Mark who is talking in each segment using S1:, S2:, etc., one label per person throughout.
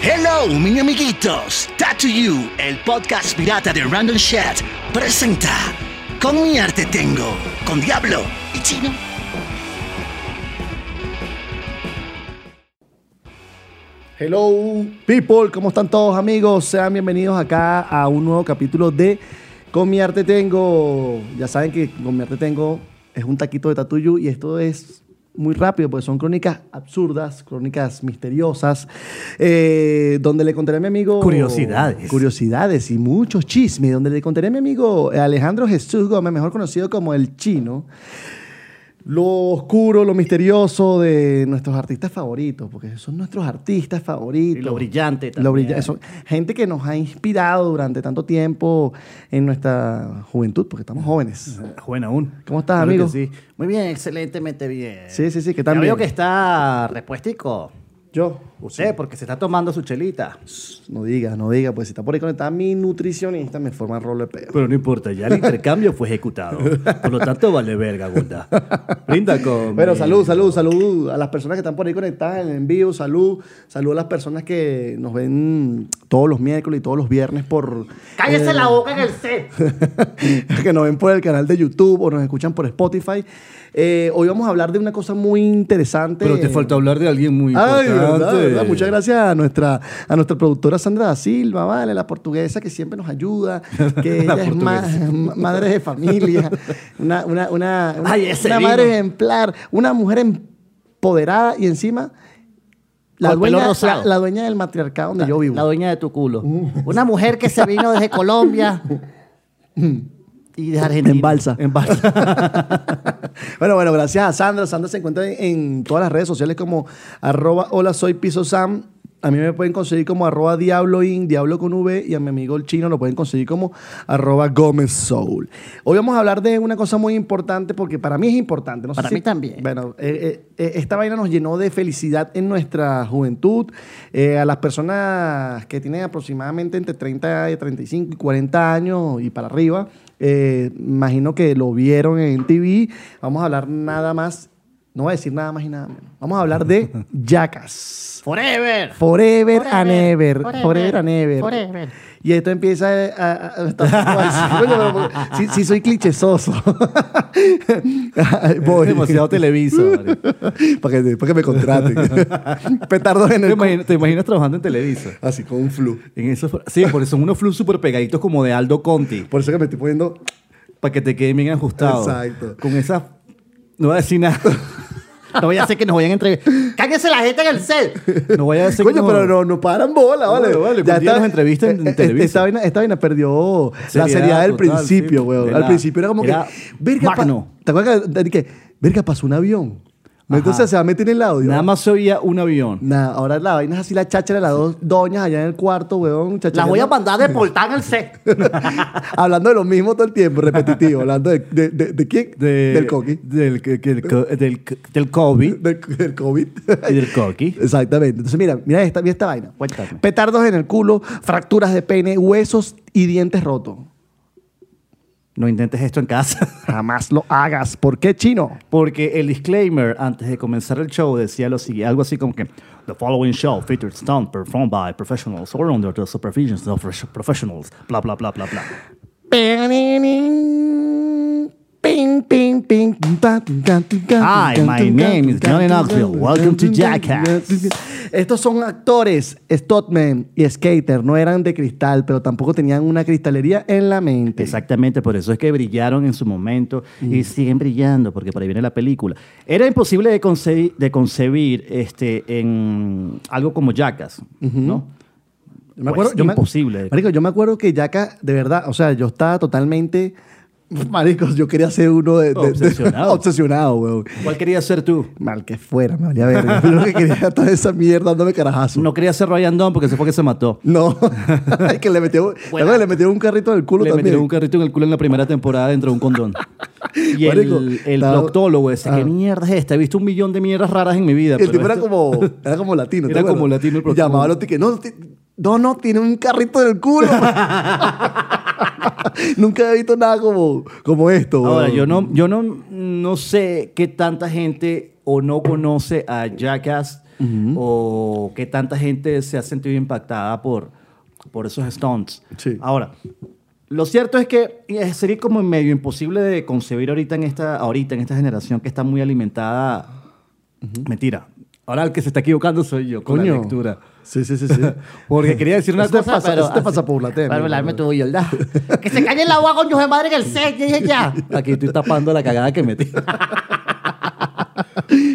S1: Hello, mis amiguitos. Tattoo You, el podcast pirata de Random Chat, presenta Con mi arte tengo, con Diablo y Chino.
S2: Hello, people, ¿cómo están todos, amigos? Sean bienvenidos acá a un nuevo capítulo de Con mi arte tengo. Ya saben que Con mi arte tengo es un taquito de tatuyu y esto es muy rápido, porque son crónicas absurdas, crónicas misteriosas, eh, donde le contaré a mi amigo.
S3: Curiosidades.
S2: Curiosidades y muchos chismes, donde le contaré a mi amigo Alejandro Jesús Gómez, mejor conocido como el chino lo oscuro, lo misterioso de nuestros artistas favoritos, porque son nuestros artistas favoritos.
S3: Y lo brillante también.
S2: Lo brilla- son gente que nos ha inspirado durante tanto tiempo en nuestra juventud, porque estamos jóvenes.
S3: Bueno, aún.
S2: ¿Cómo estás,
S3: Claro
S2: amigo?
S3: que sí. Muy bien, excelentemente bien.
S2: Sí, sí, sí, ¿qué tal,
S3: también. Veo
S2: bien?
S3: que está repuestico.
S2: Yo,
S3: Usted, porque se está tomando su chelita.
S2: no diga, no diga, pues si está por ahí conectada mi nutricionista, me forma el rol de pedo.
S3: Pero no importa, ya el intercambio fue ejecutado. Por lo tanto, vale verga, Gunda. Brinda con.
S2: Bueno, salud, salud, salud a las personas que están por ahí conectadas en el envío, salud, salud a las personas que nos ven todos los miércoles y todos los viernes por...
S3: Cállese
S2: eh,
S3: la boca en el set.
S2: que nos ven por el canal de YouTube o nos escuchan por Spotify. Eh, hoy vamos a hablar de una cosa muy interesante.
S3: Pero te falta hablar de alguien muy
S2: Ay,
S3: importante.
S2: verdad, verdad. Muchas gracias a nuestra, a nuestra productora Sandra da Silva, vale, la portuguesa que siempre nos ayuda, que
S3: La
S2: ella es ma- ma- madre de familia, una, una, una, una-
S3: Ay, ese
S2: una
S3: vino.
S2: madre ejemplar, una mujer empoderada y encima la,
S3: Con pelo
S2: dueña,
S3: rosado.
S2: la, la dueña del matriarcado donde yo vivo.
S3: La dueña de tu culo. Una mujer que se vino desde Colombia. y de Argentina.
S2: En balsa.
S3: En balsa.
S2: Bueno, bueno, gracias a Sandra. Sandra se encuentra en, en todas las redes sociales como arroba hola soy piso Sam. A mí me pueden conseguir como arroba diabloin, diablo con V, y a mi amigo el chino lo pueden conseguir como arroba Gómez Soul. Hoy vamos a hablar de una cosa muy importante, porque para mí es importante. No sé
S3: Para
S2: si-
S3: mí también.
S2: Bueno, eh, eh, eh, esta vaina nos llenó de felicidad en nuestra juventud. Eh, a las personas que tienen aproximadamente entre 30 y 35 y 40 años y para arriba, eh, imagino que lo vieron en TV. Vamos a hablar nada más, no voy a decir nada más y nada menos. Vamos a hablar de Jackass.
S3: Forever.
S2: Forever,
S4: Forever,
S2: and ever. Forever,
S4: forever,
S2: and ever.
S4: forever.
S2: Y esto empieza a... a- a- a- Coño, pero porque- sí, sí soy clichesoso. Voy.
S3: Demasiado televiso. vale.
S2: para, que, para que me contraten. Petardos en
S3: ¿Te,
S2: el... cu-
S3: imagina- te imaginas trabajando en Televisa?
S2: Así, con un flu.
S3: En esos- sí, por eso son unos flus súper pegaditos como de Aldo Conti,
S2: Por eso que me estoy poniendo...
S3: para que te queden bien ajustados.
S2: Exacto.
S3: Con esas... No voy a decir nada. No voy a hacer que nos vayan a entrevistar.
S4: Cállese la gente en el set.
S3: No voy a decir
S2: Coño,
S3: que no-
S2: pero no, Eh, no paran bola, vale.
S3: Bueno, vale,
S2: Ya
S3: un día
S2: está-
S3: nos entrevistan en
S2: eh, eh,
S3: Televisa.
S2: Esta vaina, esta vaina perdió la
S3: Seriedad
S2: seriedad del
S3: total,
S2: principio,
S3: sí.
S2: weón.
S3: Era-
S2: Al principio era como
S3: era
S2: que... Verga, pa-
S3: magno.
S2: ¿Te acuerdas que, de que... Verga, pasó un avión. Entonces se va a meter en el audio.
S3: Nada más se oía un avión.
S2: Nah, ahora la vaina es así, la cháchara, las dos doñas allá en el cuarto, weón.
S4: La voy a
S2: chachareando.
S4: mandar a deportar en el set.
S2: Hablando de lo mismo todo el tiempo, repetitivo. hablando de, de, de- de quién?
S3: De-
S2: del coqui.
S3: Del, que- que- del, co- del, co- del COVID
S2: Del, del COVID.
S3: y del coqui.
S2: Exactamente. Entonces, mira, mira esta, mira esta vaina.
S3: Cuéntame.
S2: Petardos en el culo, fracturas de pene, huesos y dientes rotos.
S3: No intentes esto en casa.
S2: Jamás lo hagas. ¿Por qué, chino?
S3: Porque el disclaimer antes de comenzar el show decía lo siguiente, algo así como que The following show features stunts performed by professionals or under the supervision of professionals, bla, bla, bla, bla, bla.
S2: Ping, ping, ping. Hi,
S3: my name is Johnny Knoxville. Welcome to Jackass.
S2: Estos son actores, stuntmen y skater. No eran de cristal, pero tampoco tenían una cristalería en la mente.
S3: Exactamente, por eso es que brillaron en su momento
S2: Mm.
S3: y siguen brillando, porque para ahí viene la película. Era imposible de, conce- de concebir este, en algo como Jackass, ¿no?
S2: Yo me acuerdo,
S3: Pues,
S2: yo me-
S3: imposible.
S2: marico, yo me acuerdo que Yaka, de verdad, o sea, yo estaba totalmente. Marico, yo quería ser uno de. de- de-
S3: Obsesionado.
S2: obsesionado, weón.
S3: ¿Cuál querías ser tú?
S2: Mal que fuera, me valía ver. Yo lo que quería era toda esa mierda dándome carajazo.
S3: No querías ser Ryan Dunn porque se fue que se mató.
S2: No. es que le metió, ¿sabes? le metió un carrito del culo
S3: Le
S2: también.
S3: metieron un carrito en el culo en la primera temporada dentro de un condón. Y
S2: Marico,
S3: el, el
S2: estaba-
S3: proctólogo ese,
S2: Ah.
S3: ¿qué mierda es esta? He visto un millón de mierdas raras en mi vida.
S2: El
S3: pero
S2: tipo era
S3: esto-
S2: como, era como latino. ¿te
S3: Era como
S2: acuerdas?
S3: latino el
S2: Y Llamaba a
S3: protocolo.
S2: los tickets. No, ti- no, no, tiene un carrito del culo. Nunca había visto nada como, como esto.
S3: Ahora,
S2: weón.
S3: yo no, yo no, no sé qué tanta gente o no conoce a Jackass o qué tanta gente se ha sentido impactada por, por esos stunts.
S2: Sí.
S3: Ahora, lo cierto es que eh, sería como medio imposible de concebir ahorita en esta, ahorita en esta generación que está muy alimentada. Mentira. Ahora el que se está equivocando soy yo con la
S2: Coño.
S3: lectura.
S2: Sí, sí, sí, sí.
S3: Porque quería decir una
S2: Eso te
S3: cosa,
S2: pasa-
S3: pero
S2: eso te pasa por la tele,
S3: Para hablarme
S2: bro.
S3: tu ¿verdad?
S4: Que se calle la agua, coño de madre, en el set. Ya, ya, ya.
S3: Aquí estoy tapando la cagada que metí.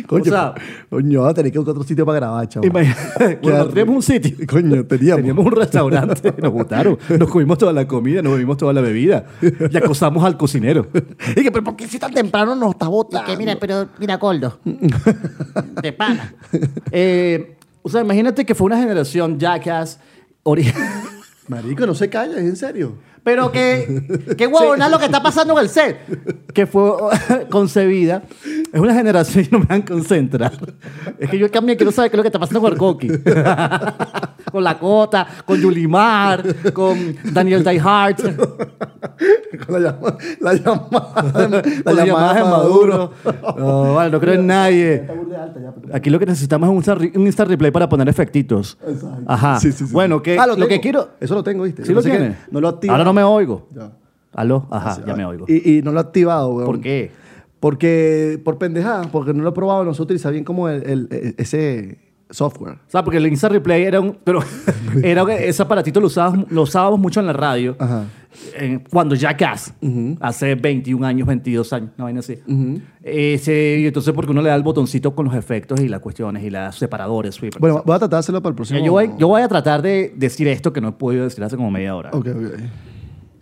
S2: Coño,
S3: O sea-
S2: coño, vamos a tener que buscar otro sitio para grabar, chaval.
S3: Imagínate,
S2: Qué
S3: bueno,
S2: arre-
S3: teníamos un sitio.
S2: Coño, teníamos.
S3: Teníamos un restaurante, nos botaron, nos comimos toda la comida, nos bebimos toda la bebida y acosamos al cocinero.
S2: Y que, pero ¿por qué si tan temprano nos está
S4: Y
S2: botando?
S4: que mira, pero mira, Coldo. Te pana.
S3: Eh, o sea, imagínate que fue una generación jackass, ori-
S2: Marico, no se calles, en serio.
S4: Pero que, qué huevona lo que está pasando en el set.
S3: que fue concebida. Es una generación y no me van a concentrar. Es que yo también quiero saber qué es lo que está pasando con el Coqui. con la Cota, con Yulimar, con Daniel Diehart,
S2: Con la llama- la llamada, la
S3: con la llamada de Maduro. No, vale, no creo en nadie.
S2: Está burda de alta ya, pero-
S3: Aquí lo que necesitamos es un Insta, un Insta Replay para poner efectitos.
S2: Exacto.
S3: Ajá.
S2: Sí, sí, sí.
S3: Bueno, que,
S2: Ah,
S3: lo,
S2: tengo.
S3: que quiero.
S2: Eso lo tengo, ¿viste?
S3: ¿Sí
S2: Yo
S3: lo
S2: pensé que
S3: tiene?
S2: No lo activo.
S3: Ahora no me oigo.
S2: Ya. Ah,
S3: Aló, ajá, ya me oigo.
S2: Y, y no lo he activado, weón.
S3: ¿Por qué?
S2: Porque, por pendejada, porque no lo he probado, no se utiliza bien como el, el- e- ese software.
S3: O sea, porque el Insta Replay era un. Pero era un- ese aparatito lo usábamos, lo usábamos mucho en la radio.
S2: Ajá.
S3: eh, cuando Jackass, hace 21 años, 22 años, no vaina así. Ese- y entonces, porque uno le da el botoncito con los efectos y las cuestiones y los separadores, sweepers.
S2: Bueno, voy a tratar de hacerlo para el próximo.
S3: yo, voy, yo voy a tratar de decir esto que no he podido decir hace como media hora.
S2: Ok, ok.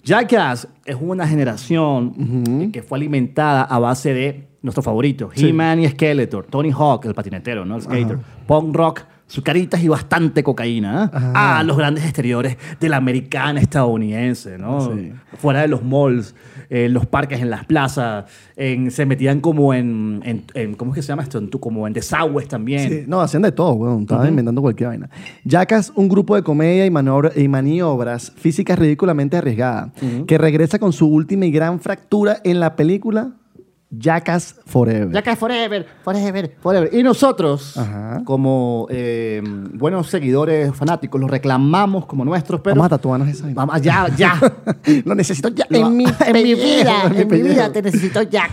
S3: Jackass es una generación eh, que fue alimentada a base de nuestros favoritos, He-Man y Skeletor, Tony Hawk, el patinetero, ¿no? El skater, punk rock, sucaritas y bastante cocaína, ¿eh? a los grandes exteriores de la americana estadounidense, ¿no?
S2: Sí.
S3: Fuera de los malls, en los parques, en las plazas, en- se metían como en, en- en- ¿cómo es que se llama esto? En tu- como en desagües también.
S2: Sí, no, hacían de todo, weón. Estaban inventando cualquier vaina. Jackass, un grupo de comedia y, maniobra- y maniobras físicas ridículamente arriesgadas, que regresa con su última y gran fractura en la película Jackass Forever.
S4: Ya que forever, forever,
S3: Forever. Y nosotros,
S2: Ajá.
S3: como eh, buenos seguidores fanáticos, los reclamamos como nuestros, pero...
S2: Vamos a tatuarnos esa vaina.
S3: Vamos, ya, ya.
S2: Lo necesito ya
S4: Lo-
S2: en mi,
S4: en mi vida,
S2: pellejo,
S4: en mi,
S2: pellejo.
S4: vida te necesito ya.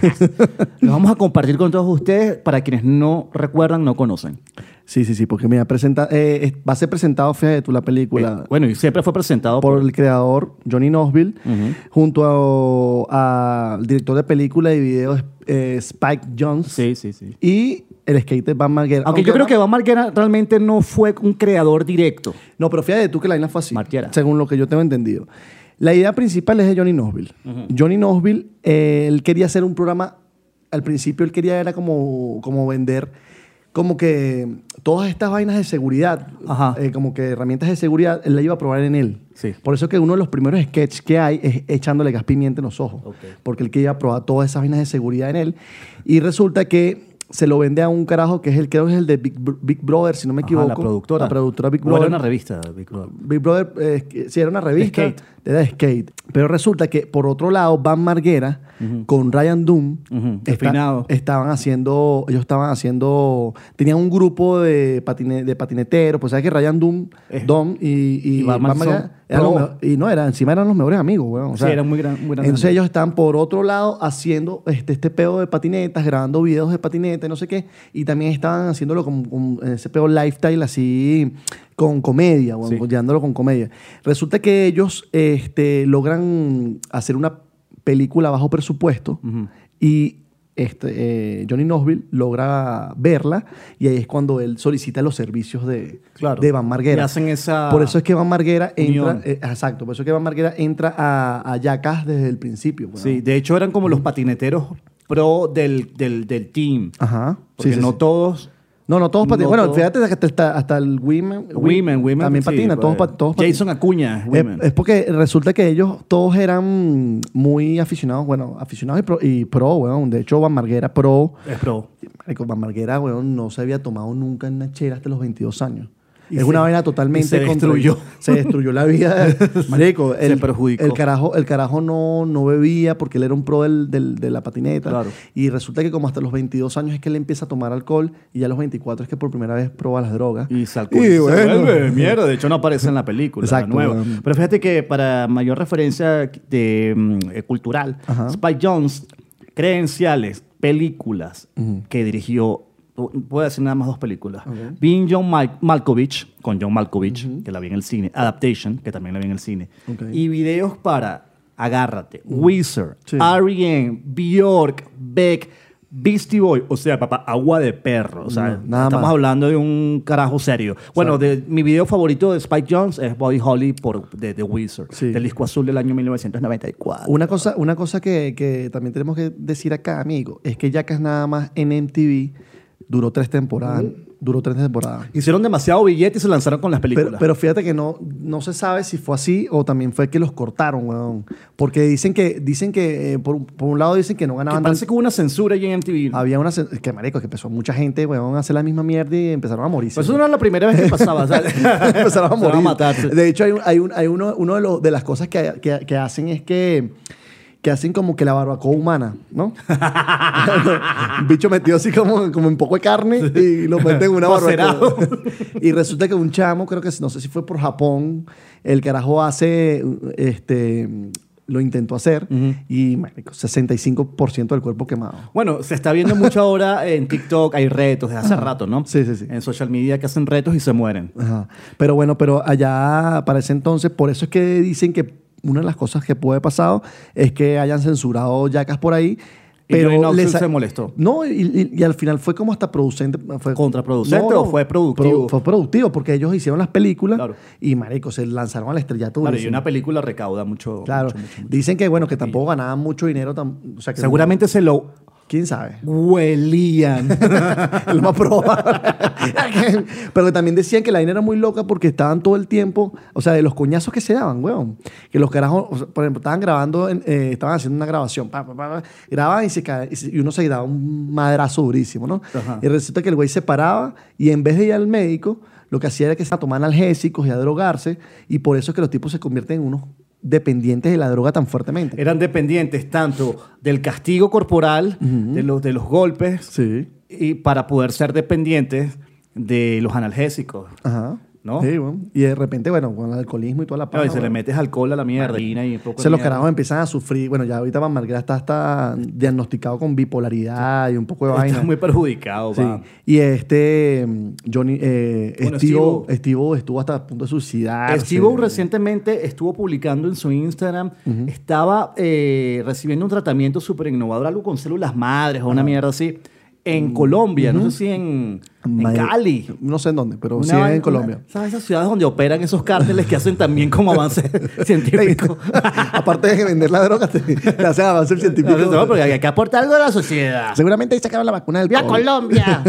S3: Los vamos a compartir con todos ustedes para quienes no recuerdan, no conocen.
S2: Sí, sí, sí, porque mira, presenta, eh, es- va a ser presentado, fíjate tú, la película
S3: Eh, bueno, y siempre fue presentado
S2: por
S3: por...
S2: el creador Johnny Knoxville junto a- al director de película y video eh, Spike Jones
S3: Sí, sí, sí.
S2: y el skater Van Marguera.
S3: Aunque, yo creo
S2: Van-
S3: que Van Marguera realmente no fue un creador directo.
S2: No, pero fíjate tú que la vaina fue así,
S3: Martiera.
S2: según lo que yo tengo entendido. La idea principal es de Johnny Knoxville. Johnny Knoxville, eh, él quería hacer un programa, al principio él quería era como, como vender como que todas estas vainas de seguridad,
S3: Ajá.
S2: eh, como que herramientas de seguridad, él la iba a probar en él.
S3: Sí.
S2: Por eso que uno de los primeros sketches que hay es echándole gas pimienta en los ojos, porque él quería probar todas esas vainas de seguridad en él. Y resulta que se lo vende a un carajo que es el creo que es el de Big, Br- Big Brother, si no me
S3: Ajá,
S2: equivoco.
S3: la productora.
S2: La productora Big
S3: O era
S2: Brother.
S3: una revista, Big Brother.
S2: Big Brother, eh, que- sí, era una revista.
S3: Skate.
S2: Era de skate. Pero resulta que, por otro lado, Van Marguera con Ryan Doom
S3: Ujú, afinado.
S2: estaban haciendo, ellos estaban haciendo, tenían un grupo de, patine- de patineteros, pues sabes que Ryan Doom,
S3: Eh.
S2: Dom y, y,
S3: Y Van Marguera son
S2: eran los
S3: pro.
S2: mejor- y no, eran, encima eran los mejores amigos, weón. o
S3: Sí,
S2: sea,
S3: eran muy gran- muy grandes
S2: Entonces ellos estaban, por otro lado, haciendo este, este pedo de patinetas, grabando videos de patinetas, no sé qué, y también estaban haciéndolo con, con ese pedo lifestyle así, con comedia, weón, pues,
S3: Sí.
S2: llevándolo con comedia. Resulta que ellos este, logran hacer una película bajo presupuesto y este, eh, Johnny Knoxville logra verla y ahí es cuando él solicita los servicios de,
S3: Claro.
S2: de Van Marguera.
S3: Y hacen esa
S2: Por eso es que Van Marguera entra,
S3: unión.
S2: eh, exacto, por eso es que Van Marguera entra a, a Jackass desde el principio. pues, weón.
S3: Sí, de hecho eran como los patineteros pro del, del, del team.
S2: Ajá.
S3: Porque
S2: Sí, sí,
S3: no
S2: sí.
S3: todos...
S2: No, no todos
S3: No
S2: patinan. bueno,
S3: todos.
S2: fíjate que hasta, hasta el Women.
S3: Women, women.
S2: También
S3: sí,
S2: patina, todos,
S3: pues,
S2: pa- todos patinan.
S3: Jason Acuña,
S2: Es,
S3: women.
S2: es porque resulta que ellos todos eran muy aficionados, bueno, aficionados y pro, y pro, weón. De hecho, Van Marguera pro.
S3: es pro.
S2: Marico, Van Marguera, weón, no se había tomado nunca en una chela hasta los 22 años.
S3: Y
S2: es
S3: se-
S2: una vaina totalmente.
S3: y se
S2: contra-
S3: destruyó.
S2: Se destruyó la vida. de- Marico,
S3: Se perjudicó.
S2: El carajo, el carajo no, no bebía porque él era un pro del, del- de la patineta.
S3: Claro.
S2: Y resulta que, como hasta los 22 años es que él empieza a tomar alcohol y ya a los 24 es que por primera vez prueba las drogas.
S3: Y se
S2: Y
S3: alcoholiza.
S2: bueno.
S3: Se vuelve mierda. De hecho, no aparece en la película.
S2: Exacto,
S3: la nueva.
S2: weón.
S3: Pero fíjate que para mayor referencia de, mm, eh, cultural,
S2: Ajá.
S3: Spike Jones, credenciales, películas que dirigió, puedo decir nada más dos películas. Being John Mal- Malkovich, con John Malkovich, que la vi en el cine. Adaptation, que también la vi en el cine.
S2: Ok.
S3: Y videos para Agárrate, Wizard,
S2: Sí.
S3: R.E.M., Bjork, Beck, Beastie Boy. O sea, papá, agua de perro. O sea,
S2: No, nada
S3: estamos
S2: más.
S3: hablando de un carajo serio. Bueno, de, mi video favorito de Spike Jones es Body Holly por, de The Wizard,
S2: Sí.
S3: del disco azul del año 1994.
S2: Una cosa, una cosa que, que también tenemos que decir acá, amigo, es que Jackass nada más en MTV duró tres temporadas.
S3: Uh.
S2: Duró tres temporadas.
S3: Hicieron demasiado billete y se lanzaron con las películas.
S2: Pero, pero fíjate que no, no se sabe si fue así o también fue que los cortaron, weón. Porque dicen que, dicen que eh, por, un- por un lado dicen que no
S3: Que
S2: ganaban
S3: parece que hubo una censura allí en MTV.
S2: tanto. Había una... sen- Que marico, que empezó mucha gente, weón, a hacer la misma mierda y empezaron a morirse.
S3: Pues eso no era la primera vez que pasaba. o sea,
S2: empezaron a
S3: se van
S2: morir.
S3: matarse.
S2: De hecho, hay, un- hay, un- hay uno, uno de, los- de las cosas que, que- que hacen es que, que hacen como que la barbacoa humana, ¿no? un bicho metido así como, como en poco de carne y lo meten en una barbacoa.
S3: Macerado.
S2: y resulta que un chamo, creo que no sé si fue por Japón, el carajo hace, este, lo intentó hacer y marico, 65% del cuerpo quemado.
S3: Bueno, se está viendo mucho ahora en TikTok, hay retos desde hace rato, ¿no?
S2: Ah. Sí, sí, sí.
S3: En social media que hacen retos y se mueren.
S2: Ajá. Pero bueno, pero allá para ese entonces, por eso es que dicen que una de las cosas que puede haber pasado es que hayan censurado yacas por ahí.
S3: Y Johnny
S2: Pero
S3: Knoxville
S2: les-
S3: se molestó.
S2: No, y, y- y al final fue como hasta producente. Fue,
S3: ¿Contraproducente o fue productivo?
S2: fue productivo, porque ellos hicieron las películas
S3: Claro.
S2: y, marico, se lanzaron al estrellato.
S3: Claro, y
S2: durísimo.
S3: una película recauda mucho.
S2: Claro.
S3: mucho, mucho, mucho.
S2: Dicen que, bueno, que tampoco ganaban mucho dinero. tam- o sea, que
S3: Seguramente se lo
S2: ¿Quién sabe?
S3: huelían.
S2: Es lo más probable. Pero también decían que la vaina era muy loca porque estaban todo el tiempo, o sea, de los coñazos que se daban, weón. Que los carajos, o sea, por ejemplo, estaban grabando, en- eh, estaban haciendo una grabación, pa, pa, pa, pa, grababan y, se ca- y se- y uno se daba un madrazo durísimo, ¿no?
S3: Ajá.
S2: Y resulta que el güey se paraba y en vez de ir al médico, lo que hacía era que se tomaban analgésicos y a drogarse y por eso es que los tipos se convierten en unos dependientes de la droga tan fuertemente.
S3: Eran dependientes tanto del castigo corporal, de, los, de los golpes,
S2: Sí.
S3: y para poder ser dependientes de los analgésicos.
S2: Ajá.
S3: ¿No?
S2: Sí, weón. Y de repente, bueno, con el alcoholismo y toda la
S3: Claro, y se
S2: paja,
S3: le
S2: weón.
S3: metes alcohol a la mierda. y un poco de
S2: Se los
S3: mierda.
S2: carajos empiezan a sufrir. Bueno, ya ahorita Van Marguera está hasta diagnosticado con bipolaridad y un poco de vaina.
S3: Estás muy perjudicado,
S2: Sí.
S3: va.
S2: Y este mm, Johnny, eh,
S3: Bueno,
S2: Steve,
S3: Steve-O.
S2: Steve-O estuvo hasta a punto de suicidarse.
S3: Steve O recientemente estuvo publicando en su Instagram, estaba eh, recibiendo un tratamiento súper innovador, algo con células madres o una mierda así, en Colombia, no sé si en, en
S2: Madre-
S3: Cali.
S2: No sé en dónde, pero sí
S3: Una-
S2: en Colombia.
S3: una- ¿Sabes esas ciudades donde operan esos cárteles que hacen también como avance científico?
S2: Aparte de vender la droga, te, te hacen avance científico.
S3: No, porque hay que aportar algo a la sociedad.
S2: Seguramente ahí sacaron la vacuna del
S4: ¡Viva
S2: COVID.
S4: Colombia!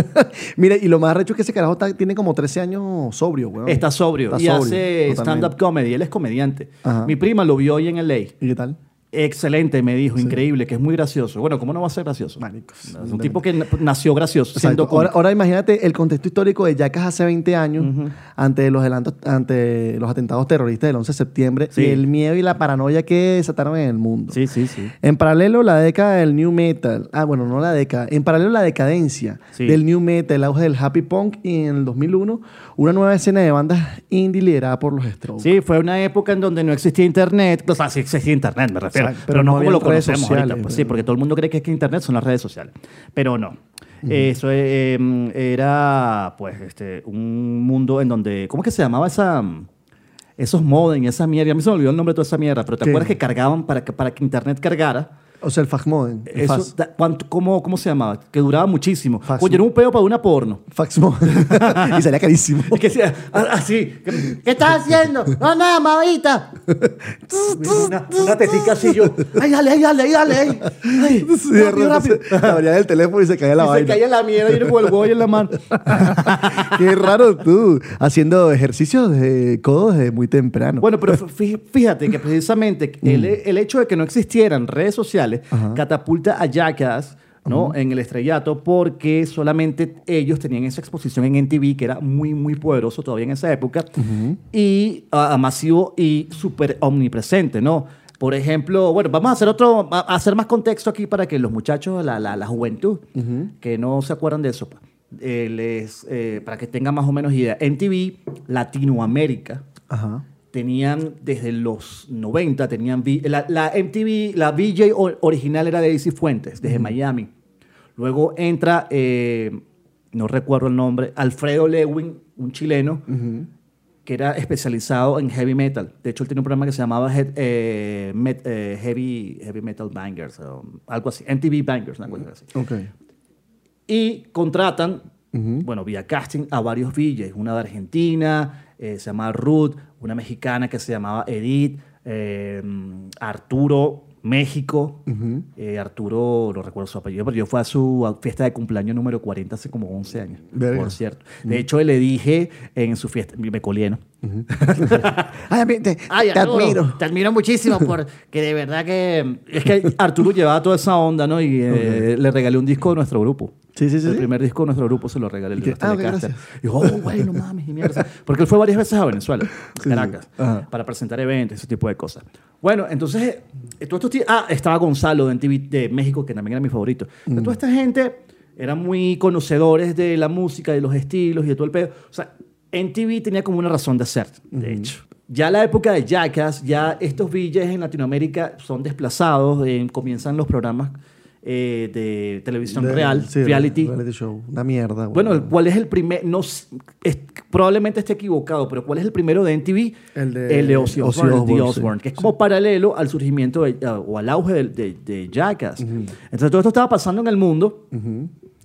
S2: Mire, y lo más arrecho es que ese carajo está- tiene como 13 años sobrio, weón.
S3: Está sobrio
S2: Está
S3: y
S2: sobrio,
S3: hace
S2: totalmente.
S3: stand-up comedy. Él es comediante.
S2: Ajá.
S3: Mi prima lo vio hoy en LA.
S2: ¿Y qué tal?
S3: Excelente, me dijo, increíble, que es muy gracioso. Bueno, ¿cómo no va a ser gracioso?
S2: Marico,
S3: Es un tipo que na- nació gracioso,
S2: Exacto.
S3: siendo
S2: Ahora,
S3: cómico.
S2: ahora imagínate el contexto histórico de Yacas hace 20 años ante, los adelantos- ante los atentados terroristas del 11 de septiembre
S3: Sí.
S2: y el miedo y la paranoia que desataron en el mundo.
S3: Sí, sí, sí.
S2: En paralelo, la década del New Metal. Ah, bueno, no la década. En paralelo, la decadencia
S3: Sí.
S2: del New Metal, el auge del Happy Punk y en el 2001, una nueva escena de bandas indie liderada por los Strokes.
S3: Sí, fue una época en donde no existía internet. O sea, sí existía internet, me refiero.
S2: Exacto,
S3: pero,
S2: pero
S3: no,
S2: no
S3: como
S2: había
S3: lo
S2: redes
S3: conocemos
S2: sociales,
S3: ahorita.
S2: pero-
S3: Pues, sí, porque todo el mundo cree que, es que internet son las redes sociales. Pero no. Eso eh, em, era, pues, este, un mundo en donde... ¿Cómo es que se llamaba esa...? Esos modem, esa mierda. A mí se me olvidó el nombre de toda esa mierda. Pero ¿te
S2: ¿Qué?
S3: acuerdas que cargaban para que, para que internet cargara?
S2: O sea, el Faxmoden. el
S3: Eso,
S2: fax-
S3: da- ¿cuánto- cómo, ¿Cómo se llamaba? Que duraba muchísimo.
S2: Fax.
S3: Oye, era un peo para una porno.
S2: Faxmoden. y salía carísimo.
S3: Es que sea ah, así. que-
S4: ¿Qué estás haciendo? ¡No, nada, mamita!
S3: Una, una tetica así yo. ¡Ay, dale, ay, dale, ay, dale! ay! ¡Ay!
S2: Sí, de
S3: ¡Rápido,
S2: repente
S3: rápido!
S2: se- la abría del teléfono y se caía la
S3: Y se
S2: vaina.
S3: caía la mierda y yo con el huevo ahí en la mano.
S2: Qué raro tú, haciendo ejercicios de codo desde muy temprano.
S3: Bueno, pero fí- fíjate que precisamente el, el hecho de que no existieran redes sociales catapulta a Jackass ¿no? En el estrellato, porque solamente ellos tenían esa exposición en NTV, que era muy, muy poderoso todavía en esa época, y ah, masivo y súper omnipresente, ¿no? Por ejemplo, bueno, vamos a hacer otro, a- a hacer más contexto aquí para que los muchachos, la, la- la juventud, que no se acuerdan de eso, pa, eh, les, eh, para que tengan más o menos idea. NTV, Latinoamérica,
S2: Ajá.
S3: tenían desde los 90, tenían vi- la, la MTV, la VJ or- original era de Daisy Fuentes, desde Miami. Luego entra, eh, no recuerdo el nombre, Alfredo Lewin, un chileno, que era especializado en heavy metal. De hecho, él tenía un programa que se llamaba Head- eh, Met- eh, heavy, heavy Metal Bangers, o algo así, MTV Bangers, una cosa así.
S2: Ok.
S3: Y contratan, bueno, vía casting a varios VJs. Una de Argentina, eh, se llamaba Ruth, una mexicana que se llamaba Edith, eh, Arturo, México. Eh, Arturo, no recuerdo su apellido, pero yo fui a su a- fiesta de cumpleaños número 40 hace como 11 años,
S2: Verga.
S3: por cierto. De hecho, le dije en su fiesta, me colié, ¿no?
S2: Ay, a mí te,
S4: Ay,
S2: te
S4: Arturo,
S2: admiro.
S4: Te admiro muchísimo porque de verdad que...
S3: Es que Arturo llevaba toda esa onda, ¿no? Y eh, le regalé un disco de nuestro grupo.
S2: Sí, sí, sí,
S3: El
S2: sí.
S3: primer disco de nuestro grupo se lo regalé el
S2: que,
S3: de los
S2: ah, ok,
S3: Telecaster.
S2: gracias.
S3: Y dijo, oh, güey, no mames, y mierda. Porque él fue varias veces a Venezuela, a
S2: sí.
S3: Caracas,
S2: Ajá.
S3: para presentar eventos, ese tipo de cosas. Bueno, entonces, eh, todos estos tíos- Ah, estaba Gonzalo de, MTV de México, que también era mi favorito. Entonces,
S2: Mm.
S3: Toda esta gente eran muy conocedores de la música, de los estilos y de todo el pedo. O sea, MTV tenía como una razón de ser, de hecho. Ya la época de Jackass, ya estos villas en Latinoamérica son desplazados, eh, comienzan los programas eh, de televisión
S2: De-
S3: real,
S2: sí,
S3: reality.
S2: reality show. Una mierda. güey.
S3: Bueno, ¿cuál es el primer? No, s- es- probablemente esté equivocado, pero ¿cuál es el primero de NTV?
S2: El de-
S3: el Ozzy
S2: Ozzy
S3: Osbourne, el de
S2: Osbourne,
S3: Osbourne,
S2: sí.
S3: que es como paralelo al surgimiento de- a- o al auge de, de- de Jackass. Entonces todo esto estaba pasando en el mundo.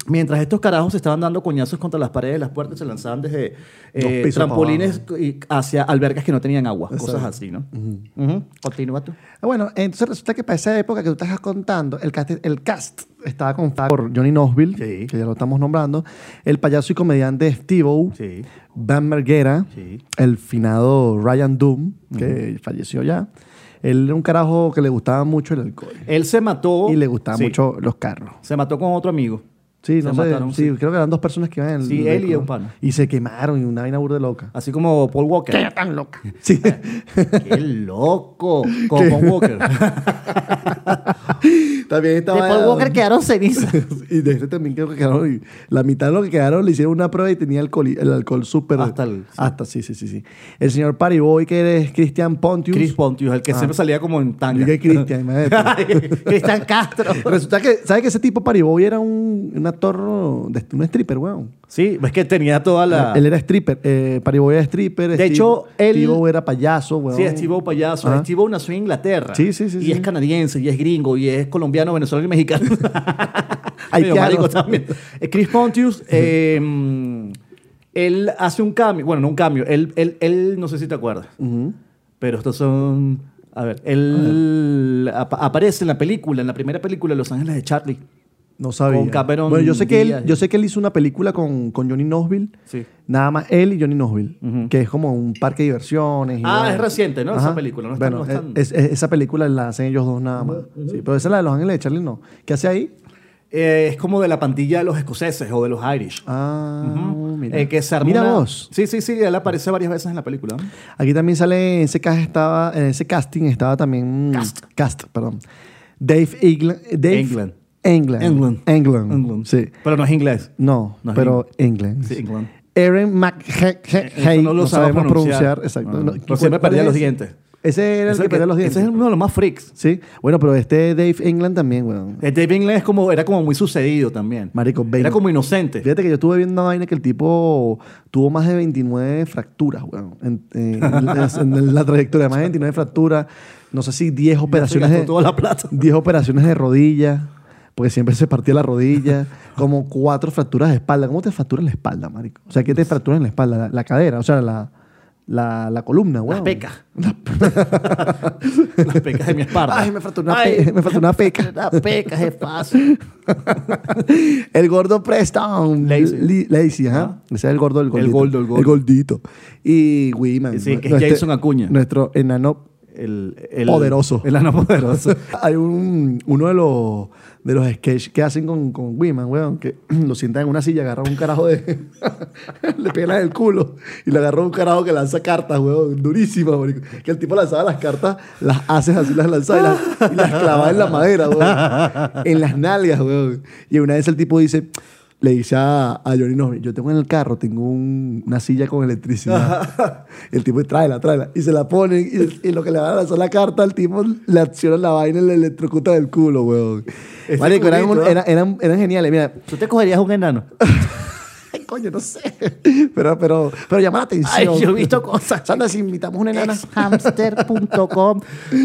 S3: Mientras estos carajos se estaban dando coñazos contra las paredes, las puertas se lanzaban desde
S2: Dos
S3: eh,
S2: pisos para
S3: trampolines y- hacia albercas que no tenían agua, cosas
S2: Exacto.
S3: así, ¿no? Ujú. Continúa tú.
S2: Ah, Bueno, entonces resulta que para esa época que tú estás contando, el cast, el cast estaba conformado por Johnny Knoxville,
S3: Sí.
S2: que ya lo estamos nombrando, el payaso y comediante Steve-O,
S3: Sí.
S2: Van Marguera,
S3: Sí.
S2: el finado Ryan Doom, que falleció ya. Él era un carajo que le gustaba mucho el alcohol
S3: Él se mató.
S2: y le gustaban
S3: Sí.
S2: mucho los carros.
S3: Se mató con otro amigo.
S2: Sí,
S3: Se
S2: no sé,
S3: mataron,
S2: sí, creo que eran dos personas que iban en el-
S3: Sí, él y
S2: vehículo.
S3: un pana.
S2: Y se quemaron y una vaina burda loca.
S3: Así como Paul Walker.
S2: tan loca. Sí.
S3: ¡Qué loco! Como Walker.
S2: También
S4: De
S2: estaba
S4: Paul Walker quedaron cenizas.
S2: y de este también creo que quedaron. y la mitad de lo que quedaron le hicieron una prueba y tenía alcohol, el alcohol súper.
S3: Hasta el- sí.
S2: Hasta, sí, sí, sí, sí. El señor Pariboy, que es Christian Pontius.
S3: Chris Pontius, el que siempre salía como en tanga.
S2: Dije Christian, Ah. imagínate.
S4: Cristian Castro.
S2: Resulta que, ¿sabes que ese tipo Pariboy era un, un actor, de, un stripper, weón?
S3: sí, es que tenía toda la...
S2: Él era stripper. Eh, Pariboy era stripper.
S3: De hecho, él-
S2: Steve era payaso, weón.
S3: Sí, Steve O payaso.
S2: Ajá.
S3: Steve O nació en Inglaterra.
S2: Ah. Sí, sí, sí,
S3: Y
S2: sí.
S3: es canadiense, y es gringo, y es colombiano, venezolano y mexicano. Medio
S2: Haitiano.
S3: marico también. Eh, Chris Pontius, eh, mm, él hace un cambio. Bueno, no un cambio. Él, él, él no sé si te acuerdas.
S2: Mm.
S3: Pero estos son... A ver, él apa- aparece en la película, en la primera película de Los Ángeles de Charlie.
S2: No sabía.
S3: Con Cameron
S2: bueno, yo sé que
S3: Díaz.
S2: él, yo sé que él hizo una película con, con Johnny Knoxville.
S3: Sí.
S2: Nada más él y Johnny Knoxville, que es como un parque de diversiones. y
S3: Ah,
S2: vaina.
S3: es reciente, ¿no? Esa película, no está-
S2: bueno,
S3: no está-
S2: es- es- esa película la hacen ellos dos nada más. Sí, pero esa es la de Los Ángeles de Charlie, no. ¿Qué hace ahí?
S3: Eh, es como de la pandilla de los escoceses o de los Irish.
S2: Ah, mira.
S3: Eh, que se armó
S2: Mira
S3: una-
S2: vos.
S3: Sí, sí, sí, él aparece varias veces en la película.
S2: Aquí también sale en ese, cast estaba, en ese casting estaba también. mm,
S3: Cast.
S2: Cast, perdón. Dave England. Dave
S3: England.
S2: England.
S3: England.
S2: England.
S3: England.
S2: Sí.
S3: Pero no es inglés.
S2: No,
S3: No es
S2: pero England.
S3: Sí, England.
S2: Aaron McHay,
S3: Eso
S2: no lo sabemos pronunciar.
S3: Ah.
S2: Exacto.
S3: Pero
S2: ¿Cuál-
S3: siempre
S2: cuál
S3: perdía
S2: es
S3: los
S2: ese?
S3: dientes.
S2: Ese era el
S3: Ese
S2: que perdía los dientes.
S3: Ese es uno de los más freaks.
S2: Sí, bueno, pero este Dave England también, weón.
S3: Eh, Dave England es como, era como muy sucedido también.
S2: Marico,
S3: Era
S2: veinte.
S3: como inocente.
S2: Fíjate que yo estuve viendo una vaina que el tipo tuvo más de 29 fracturas, weón. En, en- en- en la trayectoria, más de 29 fracturas. No sé si 10 operaciones
S3: gastó
S2: de.
S3: toda la plata.
S2: 10 operaciones de rodilla. Porque siempre se partía la rodilla. Como cuatro fracturas de espalda. ¿Cómo te fracturas la espalda, marico? O sea, ¿qué te
S3: Pues
S2: fracturas en la espalda? La, la cadera, o sea, la, la, la columna, weón.
S3: Las pecas. Las pecas de mi espalda.
S2: Ay, me fracturó una,
S3: Ay,
S2: pe- me fracturó una peca.
S4: Las pecas es fácil.
S2: El gordo Preston.
S3: Lazy.
S2: Li- Lazy, ajá. Ese es el gordo, el gordito.
S3: gordo, el gordo.
S2: gordito. Y Wiman.
S3: Sí, que es Jason Acuña.
S2: Nuestro enano
S3: el, el-
S2: Poderoso.
S3: El ano poderoso.
S2: Hay un, uno de los, de los sketches que hacen con, con Wiman, weón, que lo sientan en una silla, agarran un carajo de. le pelan el culo y le agarran un carajo que lanza cartas, weón, durísimas, marico. Que el tipo lanzaba las cartas, las haces así, las lanzaba y las, y las clavaba en la madera, weón. En las nalgas, weón. Y una vez el tipo dice. Le dice a, a Johnny no, yo tengo en el carro, tengo un- una silla con electricidad. el tipo, tráela, tráela. Y se la ponen y, y lo que le van a lanzar la carta, el tipo le acciona la vaina y le electrocuta del culo, weón.
S3: Ese
S2: Marico, eran,
S3: culito,
S2: un-
S3: ¿ah?
S2: eran- eran- eran geniales. Mira,
S3: ¿Tú te cogerías un enano?
S2: Ay, coño, no sé. Pero, pero, pero llama la atención.
S3: Ay, yo he visto cosas.
S2: Sandra, si invitamos una enana.
S3: hamster.com.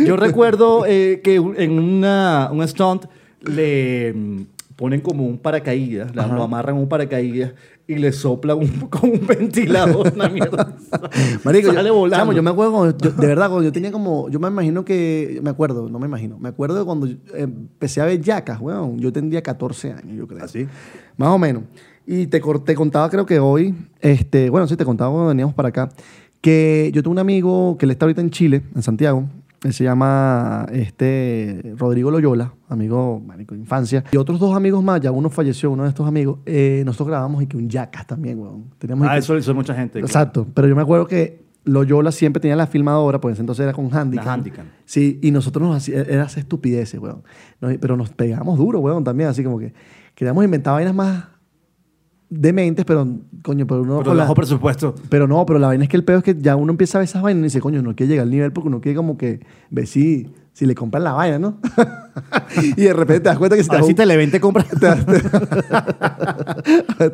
S3: Yo recuerdo eh, que un- en una, un stunt le mm, ponen como un paracaídas, la- lo amarran a un paracaídas y le soplan un- con un ventilador una mierda.
S2: Marico,
S3: Sale
S2: yo,
S3: volando.
S2: chamo, yo me acuerdo, cuando yo- de verdad, cuando yo tenía como, yo me imagino que, me acuerdo, no me imagino, me acuerdo de cuando yo empecé a ver yacas, weón, yo tendría 14 años, yo
S3: ¿Ah,
S2: creo. ¿Así? Más o menos. Y te, cor- te contaba, creo que hoy, este, bueno, sí, te contaba cuando veníamos para acá, que yo tengo un amigo que él está ahorita en Chile, en Santiago, él se llama este, Rodrigo Loyola, amigo marico de infancia. Y otros dos amigos más, ya uno falleció, uno de estos amigos, eh, nosotros grabamos y que un yacas también, weón. Teníamos y
S3: Ah,
S2: que-
S3: eso lo hizo mucha gente. claro.
S2: Exacto. Pero yo me acuerdo que Loyola siempre tenía la filmadora, porque en ese entonces era con Handicam.
S3: La Handycam.
S2: Sí, y nosotros nos hacía, era esa estupideces, weón. Nos- pero nos pegábamos duro, weón, también, así como que queríamos inventar vainas más dementes, pero coño, pero uno
S3: Pero
S2: con la-
S3: bajo presupuesto.
S2: pero no, pero la vaina es que el pedo es que ya uno empieza a ver esas vainas y dice, coño, no quiere llegar al nivel porque uno quiere como que ver si, si le compran la vaina, ¿no? y de repente te das cuenta que si
S3: A ver si
S2: Este, te
S3: Televen te compra.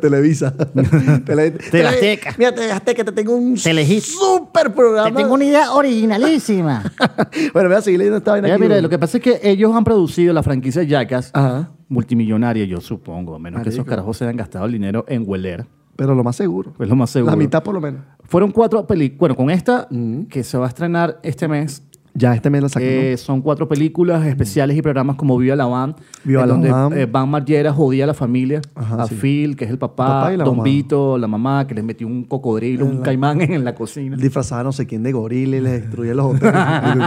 S2: Televisa. Tele- Tele-
S4: Azteca.
S2: Mira, Tele Azteca, te tengo un
S4: Telehit.
S2: super programa.
S4: Te tengo una idea originalísima.
S2: Bueno, voy a seguir leyendo esta vaina.
S3: Mira,
S2: aquí,
S3: mira,
S2: güey.
S3: lo que pasa es que ellos han producido la franquicia Jackass
S2: Ajá.
S3: multimillonaria, yo supongo, a menos que esos
S2: Ah. Marico.
S3: carajos se hayan gastado el dinero en hueler.
S2: Pero lo más seguro.
S3: Es Pues lo más seguro.
S2: La mitad por lo menos.
S3: Fueron cuatro películas. Bueno, con esta
S2: Mm.
S3: que se va a estrenar este mes,
S2: Ya este mes la saqué.
S3: eh, son cuatro películas especiales y programas como Viva la Van,
S2: Viva
S3: en
S2: la
S3: donde
S2: Van.
S3: eh, Van Margera jodía a la familia,
S2: Ajá,
S3: a
S2: sí.
S3: Phil, que es el papá,
S2: Papá y la
S3: Don
S2: mamá.
S3: Vito, la mamá, que les metió un cocodrilo, un caimán en la cocina.
S2: Disfrazaba no sé quién de gorila y le destruía los hoteles.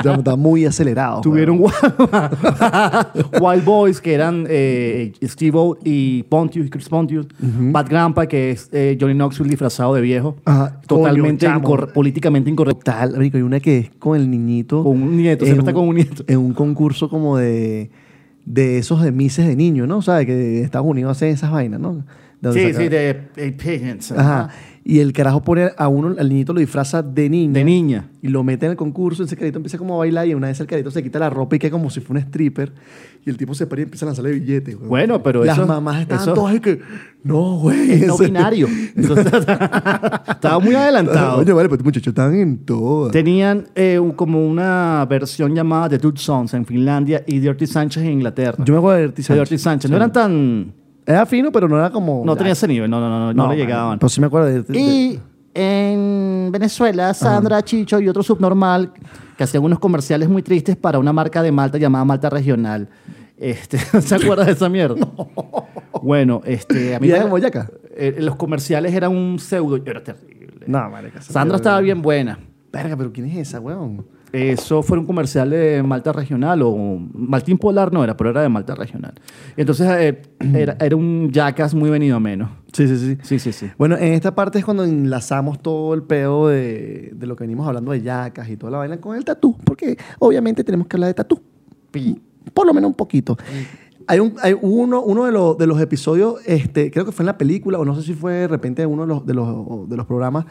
S2: Ya Está muy acelerado.
S3: Tuvieron
S2: güey.
S3: Wild, Wild Boys, que eran eh, Steve O y Pontius, Chris Pontius. Bad Grandpa, que es eh, Johnny Knoxville disfrazado de viejo.
S2: Ajá.
S3: Totalmente
S2: Coño, chamo.
S3: incorre- políticamente incorrecto.
S2: Tal, marico, hay una que es con el niñito.
S3: Con un nieto,
S2: en
S3: siempre está con un nieto.
S2: En un concurso como de, de esos de mises de niños, ¿no? ¿Sabes? Que en Estados Unidos hacen esas vainas, ¿no? De donde
S3: Sí,
S2: saca-
S3: sí, de eh, Pigeons.
S2: Ajá. Y el carajo pone a uno, al niñito lo disfraza de niño.
S3: De niña.
S2: Y lo mete en el concurso, ese carito empieza como a bailar y una vez el carito se quita la ropa y queda como si fuera un stripper. Y el tipo se para y empieza a lanzarle billetes. güey.
S3: Bueno, pero
S2: Las
S3: eso-
S2: mamás estaban
S3: eso-
S2: todas y que, no, güey.
S3: Es no
S2: ese-
S3: binario. Entonces, estaba muy adelantado.
S2: Oye, vale, pero estos muchachos están en todo.
S3: Tenían eh, un- como una versión llamada The Dude Sons en Finlandia y Dirty Sanchez en Inglaterra.
S2: Yo me acuerdo de Dirty
S3: De
S2: Sanchez.
S3: Dirty Sanchez. No eran tan...
S2: Era fino, pero no era como...
S3: No tenía ese nivel. No, no, no. No, no le
S2: mano,
S3: llegaban.
S2: Pero Pues sí me acuerdo de... de-
S4: Y en Venezuela, Sandra Chicho y otro subnormal.
S3: que hacían unos comerciales muy tristes para una marca de Malta llamada Malta Regional. Este, ¿Se acuerdas de esa mierda? Bueno, este, a mí
S2: ¿Y era
S3: me-
S2: como yaca?
S3: eh, los comerciales eran un pseudo. Era terrible.
S2: No, marica. esa
S3: Sandra
S2: mierda-
S3: estaba bien buena.
S2: Verga, pero ¿quién es esa, weón?
S3: Eso fue un comercial de Malta Regional o Maltín Polar no era, pero era de Malta Regional. Entonces eh, era, era un jackass muy venido a menos.
S2: Sí, sí, sí.
S3: Sí, sí, sí.
S2: Bueno, en esta parte es cuando enlazamos todo el pedo de, de lo que venimos hablando de yacas y toda la vaina con el tatú, porque obviamente tenemos que hablar de tatú. Por lo menos un poquito. Hay, un, hay uno, uno de, los, de los episodios, este, creo que fue en la película, o no sé si fue de repente en uno de los, de los, de los programas,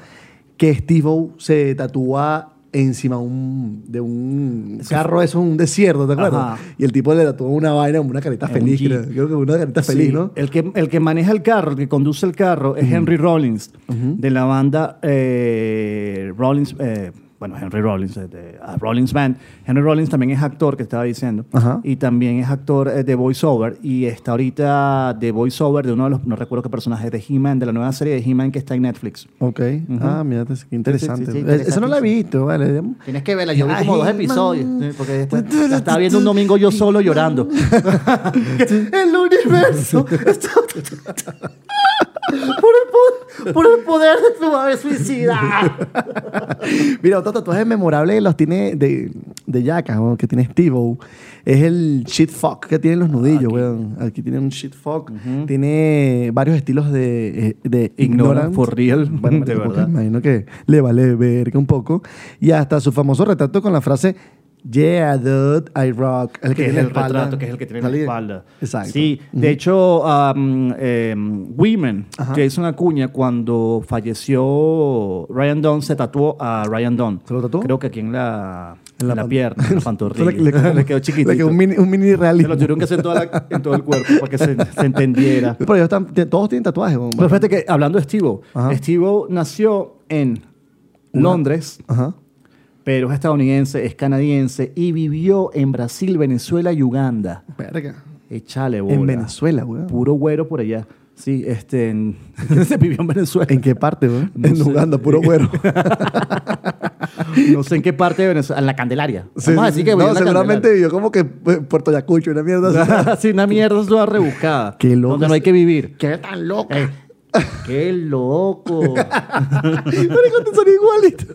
S2: que Steve O se tatúa encima un, de un carro, eso es un desierto, ¿te acuerdas?
S3: Ajá.
S2: Y el tipo le tatúa una vaina, una carita
S3: En un
S2: feliz,
S3: jeep.
S2: creo, creo que una carita feliz,
S3: Sí,
S2: ¿no?
S3: El que, el que maneja el carro, el que conduce el carro, es Henry Rollins, de la banda eh, Rollins. eh, bueno, Henry Rollins, eh, de ah, Rollins Band. Henry Rollins también es actor, que estaba diciendo.
S2: Ajá.
S3: Y también es actor eh, de voiceover. Y está ahorita de voiceover de uno de los, no recuerdo qué personaje, de He-Man, de la nueva serie de He-Man que está en Netflix.
S2: Ok. Ah, mira, qué interesante.
S4: sí, sí,
S2: Eh, Eso no lo he visto, vale.
S4: Tienes que verla, yo vi como
S2: Ay,
S4: dos episodios.
S2: man.
S4: sí, Porque después
S3: La estaba viendo un domingo yo solo llorando.
S4: el universo está- por, el po- por el poder de tu madre suicida.
S2: Mira, otro tatuaje memorable los tiene de, de Jackass, weón, que tiene steve Es el shit fuck que tienen los
S3: Ah,
S2: nudillos, weón. Aquí tiene un shit fuck. Tiene varios estilos de, eh, de
S3: Ignorant for real,
S2: Bueno,
S3: de
S2: marico, que
S3: verdad.
S2: imagino que le vale verga un poco. Y hasta su famoso retrato con la frase Yeah, dude, I rock. El
S3: que
S2: tiene
S3: es el
S2: la espalda.
S3: retrato, que es el que tiene en la
S2: Salía.
S3: espalda.
S2: Exacto.
S3: Sí, de hecho, am, em, Women, que hizo una cuña cuando falleció Ryan Dunn, se tatuó a Ryan Dunn.
S2: ¿Se lo tatuó?
S3: Creo que aquí en la, en la,
S2: pan-
S3: pierna, en la
S2: Entonces
S3: pantorrilla.
S2: le- le-
S3: quedó chiquitito.
S2: Le quedó un mini, un mini
S3: Se lo
S2: realismo.
S3: tuvieron que hacer toda la- en todo el cuerpo para que se, se entendiera.
S2: Pero ellos están- te- todos tienen tatuajes, weón.
S3: Pero fíjate que, hablando de Steve-O,
S2: Ajá.
S3: Steve-O nació en Londres,
S2: Ajá.
S3: pero es estadounidense, es canadiense y vivió en Brasil, Venezuela y Uganda.
S2: Verga.
S3: Échale bola.
S2: En Venezuela, weón.
S3: Puro güero por allá. Sí, este, en- se vivió en Venezuela.
S2: ¿En qué parte, weón?
S3: No
S2: en
S3: sé.
S2: Uganda, puro güero.
S3: No sé en qué parte de Venezuela. En la Candelaria.
S2: Sí,
S3: Vamos a
S2: sí,
S3: decir
S2: sí.
S3: que vivió
S2: no,
S3: en la
S2: seguramente vivió como que eh, Puerto Yacucho, una mierda así.
S3: Candelaria. sí, una mierda es toda rebuscada.
S2: Qué loco
S3: Donde no hay
S2: es-
S3: que vivir.
S2: Qué tan loca.
S3: Eh, ¡Qué loco!
S2: Marico, te salió igualito.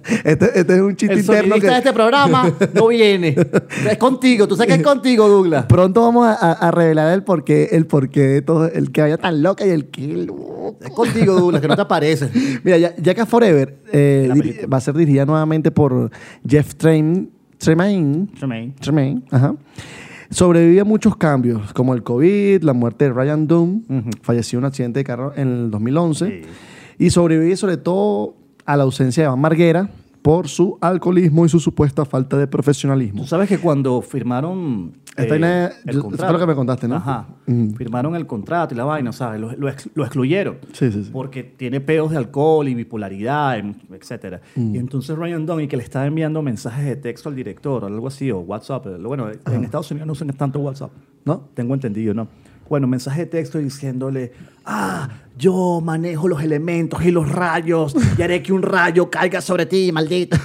S2: este, este es un chiste
S3: El
S2: interno
S3: sonidista
S2: que...
S3: de este programa no viene. Es contigo. Tú sabes que es contigo, Douglas.
S2: Pronto vamos a, a- a revelar el porqué, el porqué de todo, el que vaya tan loca y el que loco.
S3: Es contigo, Douglas, que no te apareces.
S2: Mira, ya, ya que Forever eh,
S3: La
S2: diri-
S3: película.
S2: va a ser dirigida nuevamente por Jeff Train, Tremaine, Tremaine, ajá. sobrevivió a muchos cambios, como el COVID, la muerte de Ryan Dunn, falleció en un accidente de carro en el 2011, y sobrevive sobre todo a la ausencia de Van Marguera por su alcoholismo y su supuesta falta de profesionalismo.
S3: Tú sabes que cuando firmaron eh,
S2: Esta vaina- yo- fue lo que me contaste, ¿no?
S3: Ajá.
S2: Mm.
S3: Firmaron el contrato y la vaina, ¿sabes? Lo, lo ex- lo excluyeron.
S2: Sí, sí, sí.
S3: Porque tiene pedos de alcohol y bipolaridad, etc.
S2: Mm.
S3: Y entonces Ryan Downey, que le estaba enviando mensajes de texto al director o algo así, o WhatsApp. eh, Bueno, en Estados Unidos no usan tanto WhatsApp.
S2: ¿No?
S3: Tengo entendido, ¿no? Bueno, mensaje de texto diciéndole, ah, yo manejo los elementos y los rayos y haré que un rayo caiga sobre ti, maldito.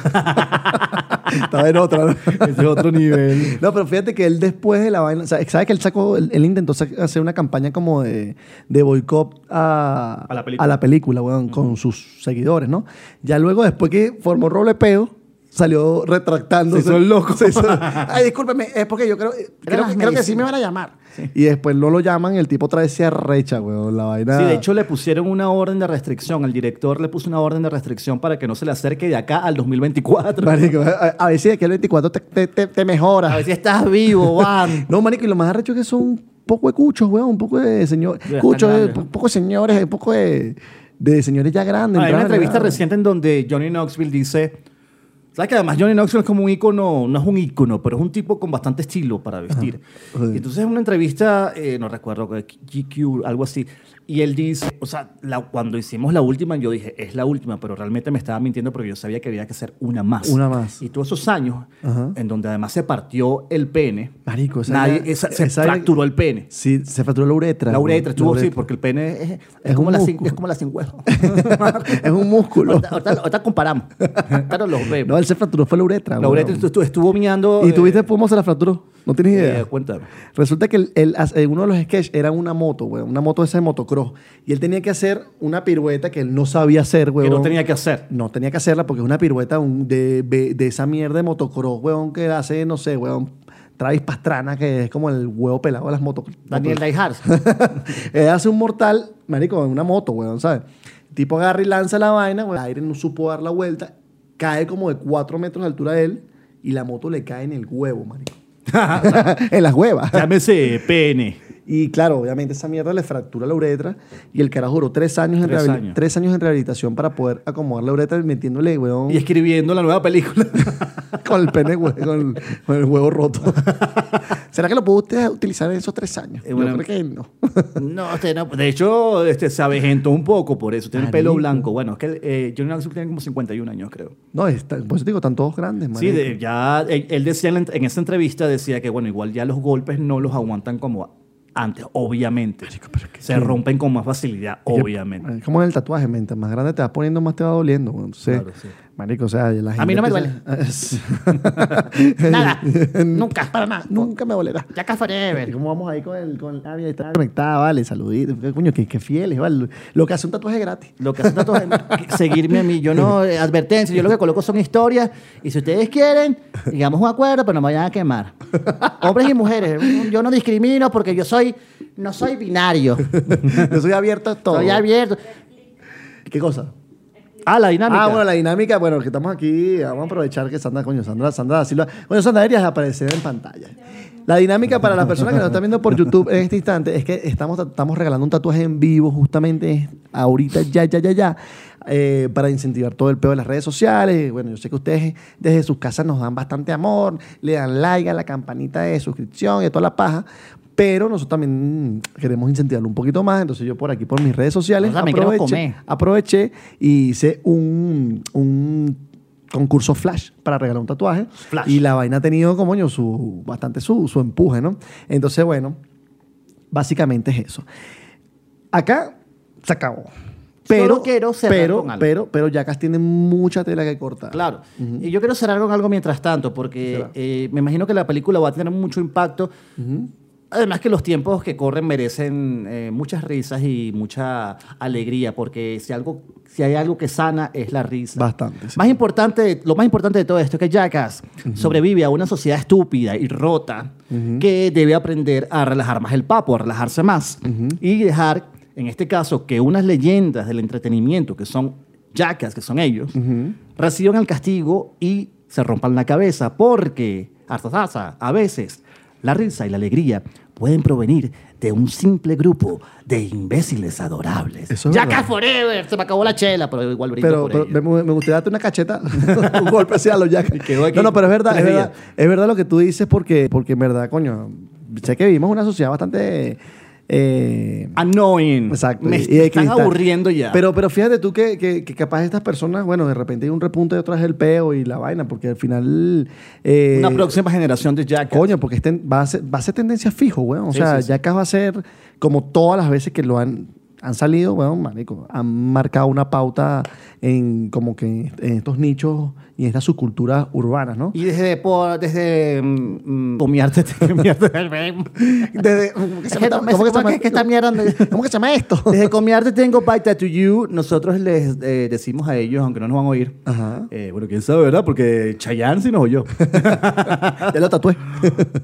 S2: Estaba en otra, ¿no?
S3: Ese es otro nivel.
S2: No, pero fíjate que él después de la vaina, o sea, ¿sabes que él sacó, él, él intentó sac- hacer una campaña como de, de boicot a,
S3: A la película.
S2: película, weón, con sus seguidores, ¿no? Ya luego, después que formó Rolepeo, salió retractándose.
S3: Se hizo el loco.
S2: Se hizo- Ay, discúlpeme, es porque yo creo, creo, creo
S4: las
S2: que sí
S4: medicinas.
S2: me van a llamar. Y después no lo llaman, el tipo trae se arrecha, weón, la vaina.
S3: Sí, de hecho le pusieron una orden de restricción. El director le puso una orden de restricción para que no se le acerque de acá al 2024.
S2: Marico, a, a ver si de aquí al 24 te, te, te- te mejoras.
S3: A ver si estás vivo, van.
S2: No, marico, y lo más arrecho es que son un poco de cuchos, weón, un poco de señores.
S3: Ya,
S2: Cuchos,
S3: están
S2: eh,
S3: grandes.
S2: un poco de señores, un poco de, de señores ya grandes.
S3: Hay una
S2: entraron en
S3: entrevista
S2: edad.
S3: reciente en donde Johnny Knoxville dice... ¿Sabes que además Johnny Knoxville es como un ícono? No es un ícono, pero es un tipo con bastante estilo para vestir.
S2: Ajá. Sí.
S3: Y entonces en una entrevista, eh, no recuerdo, GQ, algo así, y él dice, o sea, la- cuando hicimos la última, yo dije, es la última, pero realmente me estaba mintiendo porque yo sabía que había que hacer una más.
S2: Una más.
S3: Y todos esos años,
S2: Ajá.
S3: en donde además se partió el pene,
S2: Marico, esa
S3: nadie,
S2: era-
S3: esa- se
S2: esa era-
S3: fracturó el pene.
S2: Sí, se fracturó la uretra.
S3: La
S2: weón,
S3: uretra estuvo así,
S2: uretra.
S3: porque el pene es, es
S2: Es
S3: como
S2: un
S3: la sin,
S2: músculo.
S3: es como la sin huevo.
S2: es un músculo.
S3: ahorita, ahorita- ahorita comparamos. Ahorita nos los vemos.
S2: no, él se fracturó, fue la uretra.
S3: la
S2: weón.
S3: uretra estuvo, eh, estuvo miando. eh,
S2: ¿Y tuviste cómo se la fracturó? No tienes idea.
S3: cuéntame.
S2: Resulta que el- el- eh, uno de los sketches era una moto, weón, una moto esa de motocross. Y él tenía que hacer una pirueta que él no sabía hacer, weón.
S3: Que no tenía que hacer.
S2: No tenía que hacerla porque es una pirueta un- de, de- de esa mierda de motocross, weón, que hace, no sé, weón, Travis Pastrana, que es como el huevo pelado de las motos.
S4: Daniel Daihars.
S2: Él hace un mortal, marico, en una moto, weón, ¿sabes? El tipo agarra y lanza la vaina, weón. El aire no supo dar la vuelta, cae como de 4 metros de altura de él y la moto le cae en el huevo, marico. en las huevas.
S3: Llámese pene.
S2: Y claro, obviamente esa mierda le fractura la uretra y el carajo duró tres años,
S3: Tres
S2: en, rehabil-
S3: años.
S2: Tres años en rehabilitación para poder acomodar la uretra metiéndole, weón,
S3: Y escribiendo la nueva película.
S2: con el pene, hue- con, el, con el huevo roto. ¿Será que lo puede usted utilizar en esos tres años?
S3: Eh, bueno.
S2: Yo creo que no.
S3: no, usted no. De hecho, este, se avejentó un poco por eso. Tiene el pelo
S2: Marico.
S3: blanco. Bueno, es que eh, Johnny Knoxville tiene como 51 años, creo.
S2: No, está, por eso te digo, están todos grandes, man.
S3: Sí, de- ya él, él decía en, la ent- en esa entrevista decía que bueno, igual ya los golpes no los aguantan como antes, obviamente. Se rompen con más facilidad, obviamente.
S2: Como en el tatuaje, mientras más grande te vas poniendo, más te va doliendo. weón. Entonces,
S3: Claro, sí.
S2: Marico, o sea, la gente
S4: mí no me
S2: duele.
S4: Nada. Nunca.
S2: Para nada. Nunca me dolerá.
S4: Ya acá
S2: ¿Y
S4: forever.
S2: ¿Cómo vamos ahí con el, con el labio? Ahí está conectada, vale, saludito. Qué Coño, qué, qué fieles, vale. Lo que hace un tatuaje gratis.
S3: Lo que hace tanto es
S4: Seguirme a mí. Yo no, eh, advertencia. Yo lo que coloco son historias. Y si ustedes quieren, digamos un acuerdo, pero no me vayan a quemar. Hombres y mujeres. Yo no discrimino porque yo soy, no soy binario.
S2: Yo soy abierto a todo.
S4: Soy abierto.
S2: ¿Qué cosa?
S3: Ah, la dinámica.
S2: Ah, bueno, la dinámica, bueno, que estamos aquí, vamos a aprovechar que Sandra, coño, Sandra, Sandra da Silva. Bueno, Sandra, deberías aparecer en pantalla. La dinámica para las personas que nos están viendo por YouTube en este instante es que estamos, estamos regalando un tatuaje en vivo justamente ahorita, ya, ya, ya, ya, eh, para incentivar todo el pedo de las redes sociales. Bueno, yo sé que ustedes desde sus casas nos dan bastante amor, le dan like a la campanita de suscripción y a toda la paja. Pero nosotros también mm, queremos incentivarlo un poquito más. Entonces yo por aquí, por mis redes sociales,
S4: Yo también quiero
S2: aproveché-
S4: comer.
S2: aproveché y hice un, un concurso flash para regalar un tatuaje.
S3: Flash.
S2: Y la vaina ha tenido, como yo, su, bastante su, su empuje, ¿no? Entonces, bueno, básicamente es eso. Acá se acabó. Pero,
S4: Solo quiero cerrar
S2: pero,
S4: con algo.
S2: pero, pero Yacas tiene mucha tela que cortar.
S4: Claro.
S3: Y yo quiero cerrar con algo mientras tanto, porque eh, me imagino que la película va a tener mucho impacto. Además que los tiempos que corren merecen eh, muchas risas y mucha alegría, porque si, algo, si hay algo que sana es la risa.
S2: Bastante, sí.
S3: Más importante, lo más importante de todo esto es que Jackass sobrevive a una sociedad estúpida y rota que debe aprender a relajar más el papo, a relajarse más y dejar, en este caso, que unas leyendas del entretenimiento, que son Jackass, que son ellos, reciban el castigo y se rompan la cabeza porque, hartazasa, a veces la risa y la alegría pueden provenir de un simple grupo de imbéciles adorables.
S2: Eso es
S4: Jackass
S2: verdad.
S4: forever. Se me acabó la chela, pero igual brindo
S2: Pero,
S4: por
S2: pero
S4: ello.
S2: me, me gustaría darte una cacheta, un golpe hacia los Jack.
S3: quedó aquí
S2: No, no, pero es verdad, es
S3: tres
S2: verdad, es verdad lo que tú dices porque, porque en verdad, coño, sé que vivimos una sociedad bastante... eh,
S3: Annoying.
S2: Exacto.
S3: Me
S2: y de
S3: están
S2: cristal.
S3: aburriendo ya.
S2: Pero, pero fíjate tú que, que, que capaz estas personas, bueno, de repente hay un repunte y otra vez el peo y la vaina, porque al final... eh,
S3: una próxima generación de Jackass.
S2: Coño, porque este va, a ser, va a ser tendencia fijo, weón. O
S3: Sí,
S2: sea,
S3: sí, sí.
S2: ya acá va a ser como todas las veces que lo han, han salido, weón, marico. Han marcado una pauta en como que en estos nichos y en estas subculturas urbanas, ¿no?
S3: Y desde, por, desde mm, mm, comiarte, te-
S2: Desde- ¿cómo que se llama- cómo que se
S4: ¿Cómo
S2: llama-
S4: que- que esta mierda?
S2: ¿Cómo que se llama esto?
S3: Desde Comiarte Tengo By Tattoo You, nosotros les eh, decimos a ellos, aunque no nos van a oír.
S2: Ajá.
S3: eh, bueno, quién sabe, ¿verdad? Porque Chayanne sí nos oyó.
S2: Ya lo tatué.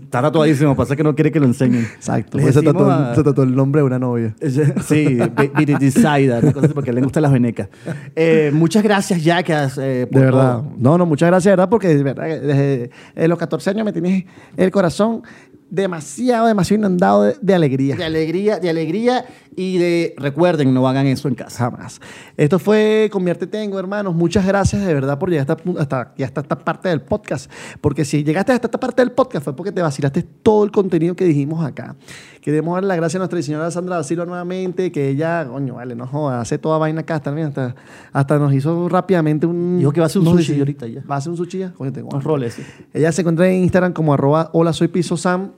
S3: Está tatuadísimo, pasa que no quiere que lo enseñen.
S2: Exacto.
S3: Les
S2: pues Se
S3: decimos
S2: tatuó,
S3: a-
S2: se tatuó el nombre de una novia.
S3: Sí, be- be the decider, una cosa así, porque le gustan las venecas. Eh, muchas gracias, Jackass. eh, por
S2: De verdad.
S3: todo.
S2: este, No, no, muchas gracias, de ¿verdad? Porque de verdad, desde eh, los 14 años me tienes el corazón demasiado, demasiado inundado de, de alegría.
S3: De alegría, de alegría y de recuerden, no hagan eso en casa.
S2: Jamás. Esto fue Convierte Tengo, hermanos. Muchas gracias de verdad por llegar hasta, pu- hasta, aquí, hasta esta parte del podcast. Porque si llegaste hasta esta parte del podcast fue porque te vacilaste todo el contenido que dijimos acá. Queremos dar las gracias a nuestra diseñadora Sandra da Silva nuevamente, que ella, coño, vale, no joda, hace toda vaina acá. Hasta, mira, hasta, hasta nos hizo rápidamente un.
S3: Dijo que va a hacer un
S2: unos
S3: sushi
S2: diseños.
S3: ahorita ya.
S2: Va a hacer un sushi ya. Coño, tengo
S3: Unos
S2: hambre.
S3: roles. sí.
S2: Ella se encuentra en Instagram como arroba hola soy piso Sam.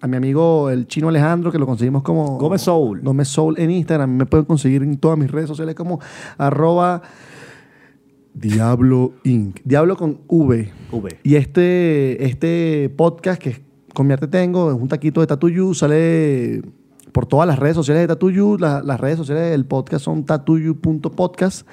S2: A mi amigo el chino Alejandro, que lo conseguimos como...
S3: Gómez Soul.
S2: Gómez Soul en Instagram. Me pueden conseguir en todas mis redes sociales como arroba Diablo Inc. Diablo con V.
S3: V.
S2: Y este, este podcast que es con mi arte tengo, es un taquito de Tattoo You, sale por todas las redes sociales de Tattoo You. La- las redes sociales del podcast son tattoyu.podcast.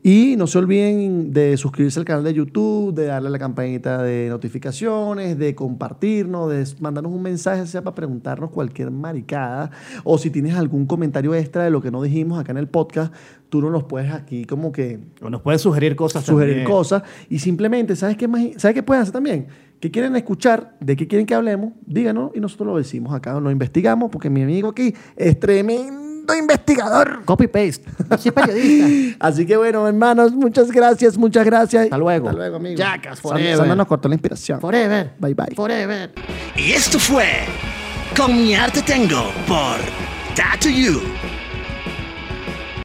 S2: Y no se olviden de suscribirse al canal de YouTube, de darle a la campanita de notificaciones, de compartirnos, de mandarnos un mensaje, sea para preguntarnos cualquier maricada. O si tienes algún comentario extra de lo que no dijimos acá en el podcast, tú nos los puedes aquí como que
S3: O Nos pueden sugerir cosas
S2: sugerir
S3: también.
S2: cosas y simplemente, ¿sabes qué, más, ¿sabes qué pueden hacer también? ¿Qué quieren escuchar? ¿De qué quieren que hablemos? Díganos y nosotros lo decimos acá, lo investigamos porque mi amigo aquí es tremendo investigador.
S4: Copy paste. Yo soy periodista.
S2: Así que bueno, hermanos, muchas gracias, muchas gracias.
S3: Hasta luego.
S2: Hasta luego, amigo.
S4: Jackass
S2: Sandra-
S4: forever.
S2: Sandra nos cortó la inspiración.
S4: Forever.
S2: Bye, bye.
S4: Forever.
S1: Y esto fue Con mi arte tengo por Tattoo You.